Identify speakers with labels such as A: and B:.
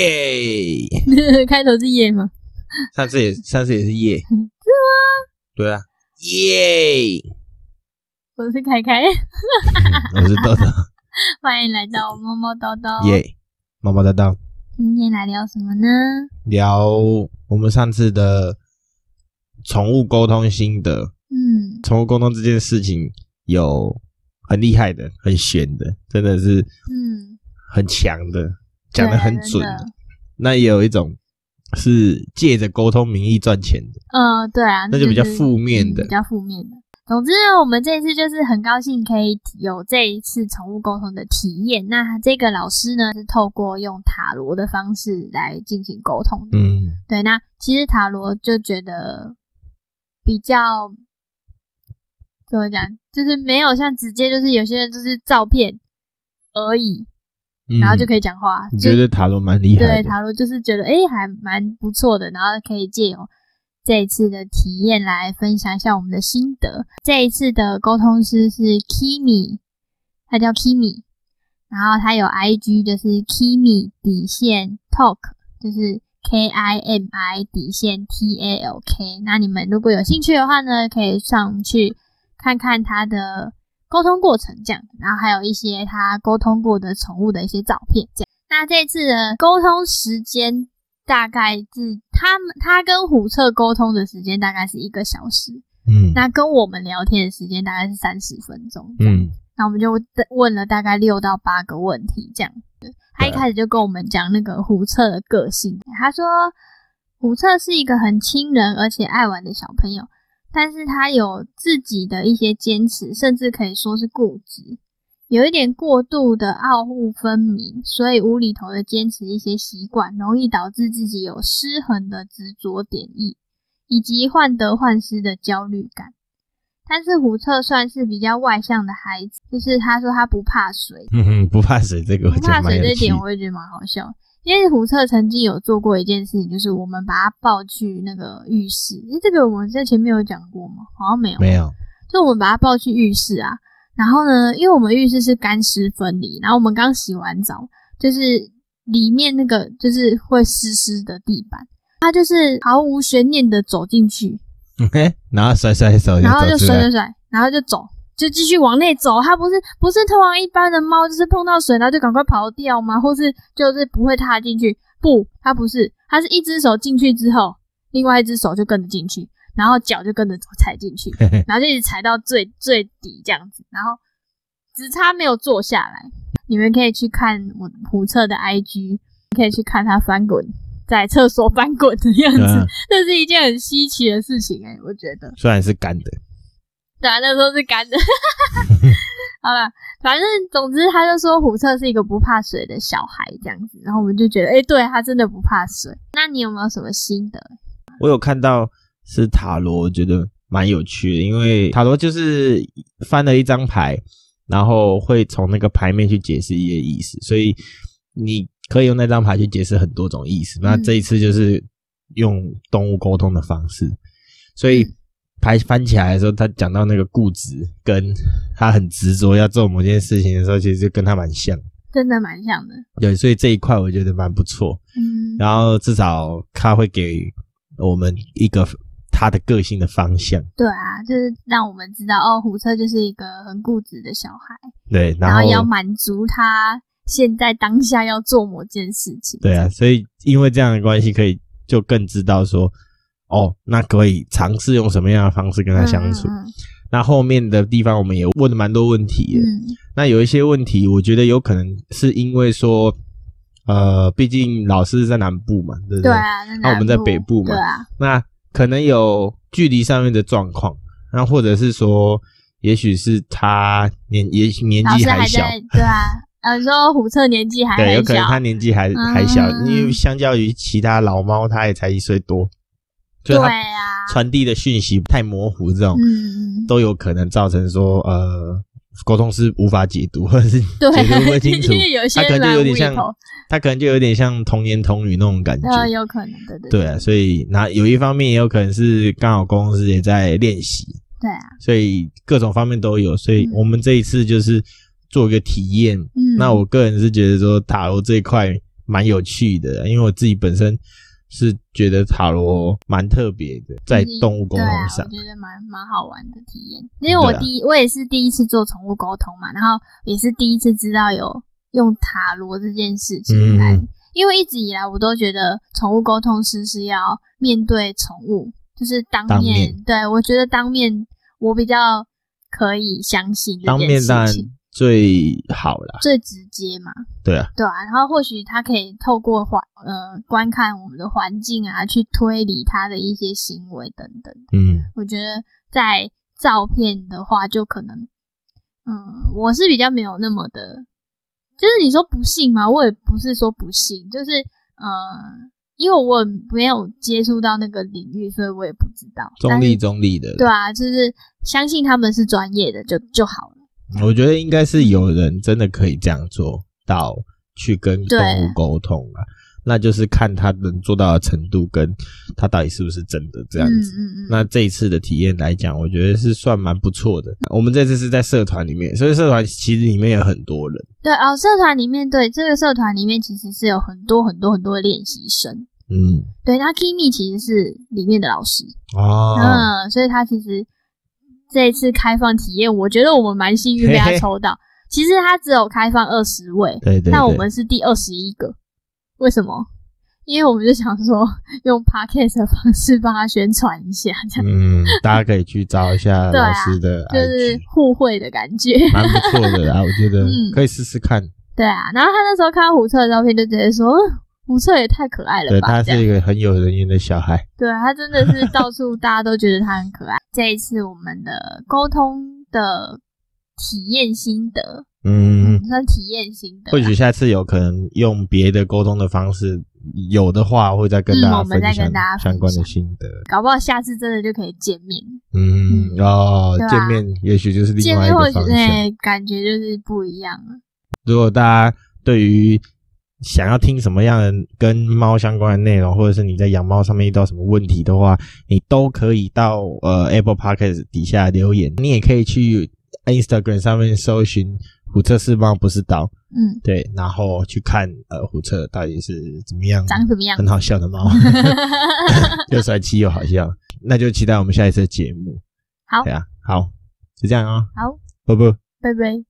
A: 耶！
B: 开头是夜吗？
A: 上次也上次也是耶，是
B: 吗？
A: 对啊，耶！
B: 我是凯凯，
A: 我是豆豆，
B: 欢迎来到猫猫叨叨。
A: 耶！猫猫大道
B: 今天来聊什么呢？
A: 聊我们上次的宠物沟通心得，
B: 嗯，
A: 宠物沟通这件事情有很厉害的、很玄的，真的是
B: 嗯，
A: 很强的，讲的
B: 对
A: 很
B: 真
A: 准
B: 的
A: 的。那也有一种是借着沟通名义赚钱的，
B: 呃，对啊，
A: 那就比较
B: 是
A: 负面的
B: 嗯比较负面的。总之呢，我们这一次就是很高兴可以有这一次宠物沟通的体验。那这个老师呢，是透过用塔罗的方式来进行沟通的。
A: 嗯，
B: 对，那其实塔罗就觉得比较怎么讲，就是没有像直接就是有些人就是照片而已，然后就
A: 以。
B: 可以讲话，
A: 嗯你
B: 就
A: 觉得塔罗蛮厉害的？
B: 对塔罗就是觉得诶还蛮不错的，然后可以借由这一次的体验来分享一下我们的心得。这一次的沟通师是 Kimi，他叫 Kimi，然后他有 IG 就是 Kimi 底线 Talk，就是 K I M I 底线 T A L K。那你们如果有兴趣的话呢，可以上去看看他的沟通过程这样，然后还有一些他沟通过的宠物的一些照片这样。那这次的沟通时间大概是他们他跟虎彻沟通的时间大概是一个小时，
A: 嗯
B: 那跟我们聊天的时间大概是三十分钟。
A: 嗯，
B: 那我们就问了大概六到八个问题，这样。他一
A: 对
B: 开始就跟我们讲那个胡彻的个性，他说胡彻是一个很亲人而且爱玩的小朋友，但是他有自己的一些坚持，甚至可以说是固执，有一点过度的傲物分明，所以无厘头的坚持一些习惯，容易导致自己有失衡的执着点意，以及患得患失的焦虑感。但是胡彻算是比较外向的孩子，就是他说他不怕水，
A: 嗯哼，不怕水这个 我
B: 不
A: 觉
B: 怕
A: 得蛮
B: 水
A: 有
B: 这一
A: 趣
B: 点我也觉得蛮好笑。因为胡彻曾经有做过一件事情，就是我们把他抱去那个浴室，诶，这个我们在前面有讲过吗？好像没有，
A: 没有，
B: 就我们把他抱去浴室啊，然后呢，因为我们浴室是干湿分离，然后我们刚洗完澡，就是里面那个就是会湿湿的地板，他就是毫无悬念的走进去，
A: 然后甩甩手就
B: 然后就
A: 走出
B: 甩
A: 来
B: 甩，甩，然后就走，就继续往内走。它不是不是通常一般的猫，就是碰到水然后就赶快跑掉吗？或是就是不会踏进去？不，它不是，它是一只手进去之后，另外一只手就跟着进去，然后脚就跟着踩进去，
A: 嘿嘿
B: 然后就一直踩到最最底这样子，然后只差没有坐下来。你们可以去看我胡彻的 IG，可以去看他翻滚在厕所翻滚的样
A: 嗯
B: 子， 这是一件很稀奇的事情哎、我觉得。
A: 虽然是干的，
B: 对啊，那时候是干 的。 好了，反正总之他就说虎彻是一个不怕水的小孩这样子，然后我们就觉得，哎、对他真的不怕水。那你有没有什么心得？
A: 我有看到是塔罗，我觉得蛮有趣的，因为塔罗就是翻了一张牌，然后会从那个牌面去解释一些意思，所以你可以用那张牌去解释很多种意思。那这一次就是用动物沟通的方式，所以
B: 嗯
A: 牌翻起来的时候，他讲到那个固执，跟他很执着要做某件事情的时候，其实就跟他蛮像。
B: 真的蛮像的，
A: 对，所以这一块我觉得蛮不错。
B: 嗯，
A: 然后至少他会给我们一个他的个性的方向，
B: 对啊，就是让我们知道，哦，虎彻就是一个很固执的小孩，
A: 对，
B: 然
A: 后
B: 要满足他现在当下要做某件事情。
A: 对啊，所以因为这样的关系，可以就更知道说，哦，那可以尝试用什么样的方式跟
B: 这
A: 他
B: 样，
A: 相处。
B: 嗯
A: 那后面的地方我们也问了蛮多问题的，
B: 嗯
A: 那有一些问题，我觉得有可能是因为说，呃，毕竟老师是在南部嘛，对不
B: 嗯对啊，那
A: 那我们在
B: 南
A: 北部嘛
B: 对啊，
A: 那可能有距离上面的状况，那或者是说，也许是他年也许年
B: 老
A: 纪
B: 师还
A: 小，
B: 在，对啊，呃，你说虎彻年纪还
A: 对，有
B: 很
A: 可能
B: 小，
A: 他年纪还、
B: 嗯
A: 还小，因为相较于其他老猫，它也才一岁多，所
B: 对
A: 以它
B: 啊，
A: 传递的讯息太模糊，这种、
B: 嗯，
A: 都有可能造成说呃沟通是无法解读，或者是解读不
B: 对，
A: 清楚
B: 因，为有些
A: 它可能就
B: 蛮
A: 有
B: 无
A: 点
B: 厘
A: 像
B: 头，，
A: 它可能就有点像童言童语那种感觉，
B: 呃，有可能，对对
A: 对啊，所以那有一方面也有可能是刚好公司也在练习，
B: 对啊，
A: 所以各种方面都有。所以
B: 嗯
A: 我们这一次就是做一个体验。
B: 嗯，
A: 那我个人是觉得说塔罗这一块蛮有趣的，啊因为我自己本身是觉得塔罗蛮特别的，在
B: 就是
A: 动物沟
B: 对
A: 通
B: 啊，
A: 上
B: 我，觉得蛮蛮好玩的体验。因为我
A: 对啊
B: 第一、我也是第一次做宠物沟通嘛，然后也是第一次知道有用塔罗这件事情来，
A: 嗯
B: 因为一直以来我都觉得宠物沟通师是要面对宠物，就是当面。
A: 当面
B: 对我觉得当面我比较可以相信这
A: 当
B: 件
A: 面当然
B: 事情，
A: 最好啦，
B: 最直接嘛。
A: 对啊，
B: 对啊，然后或许他可以透过环呃观看我们的环境啊，去推理他的一些行为等等的。
A: 嗯，
B: 我觉得在照片的话，就可能，嗯，我是比较没有那么的，就是你说不信嘛，我也不是说不信，就是呃，因为我没有接触到那个领域，所以我也不知道。
A: 中
B: 但是
A: 立中立的，
B: 对啊，就是相信他们是专业的就就好了。
A: 我觉得应该是有人真的可以这样做到去跟动物沟通啊，那就是看他能做到的程度，跟他到底是不是真的这样子。
B: 嗯嗯嗯。
A: 那这一次的体验来讲，我觉得是算蛮不错的。我们这次是在社团里面，所以社团其实里面有很多人，
B: 对哦，社团里面对这个社团里面其实是有很多很多很多的练习生。
A: 嗯，
B: 对，那 Kimi 其实是里面的老师，
A: 哦，
B: 嗯，所以他其实这一次开放体验，我觉得我们蛮幸运被他抽到。其实他只有开放二十位，
A: 对对对，
B: 但我们是第二十一个，为什么？因为我们就想说用 podcast 的方式帮他宣传一下，这样
A: 嗯，大家可以去找一下
B: 对啊
A: 老师的 IG，、
B: 就是互惠的感觉。
A: 蛮不错的啦，我觉得
B: 嗯
A: 可以试试看。
B: 对啊，然后他那时候看到虎彻的照片，就觉得说嗯虎彻也太可爱了
A: 对，
B: 吧，
A: 他
B: 这样
A: 是一个很有人缘的小孩，
B: 对他真的是到处大家都觉得他很可爱。这一次我们的沟通的体验心得，
A: 嗯
B: 嗯，算体验心得啦，
A: 或许下次有可能用别的沟通的方式，有的话会再跟大
B: 嗯
A: 家
B: 我们
A: 分
B: 再
A: 享
B: 跟大家分
A: 相关的
B: 享
A: 心得。
B: 搞不好下次真的就可以见面，
A: 嗯，哦
B: 对，啊
A: 见面也许就是另
B: 见
A: 外一
B: 面或
A: 个
B: 许
A: 方向。
B: 那感觉就是不一样了。
A: 如果大家对于想要听什么样的跟猫相关的内容，或者是你在养猫上面遇到什么问题的话，你都可以到呃 Apple Podcast 底下留言，你也可以去 Instagram 上面搜寻“虎彻是猫不是刀
B: 嗯”，，
A: 对，然后去看呃虎彻到底是怎么样
B: 长什么样
A: 很？好笑的猫， 又帅气又好笑。那就期待我们下一次的节目。
B: 好
A: 对啊，好，就这样哦，
B: 好，
A: 啵啵。
B: 拜拜。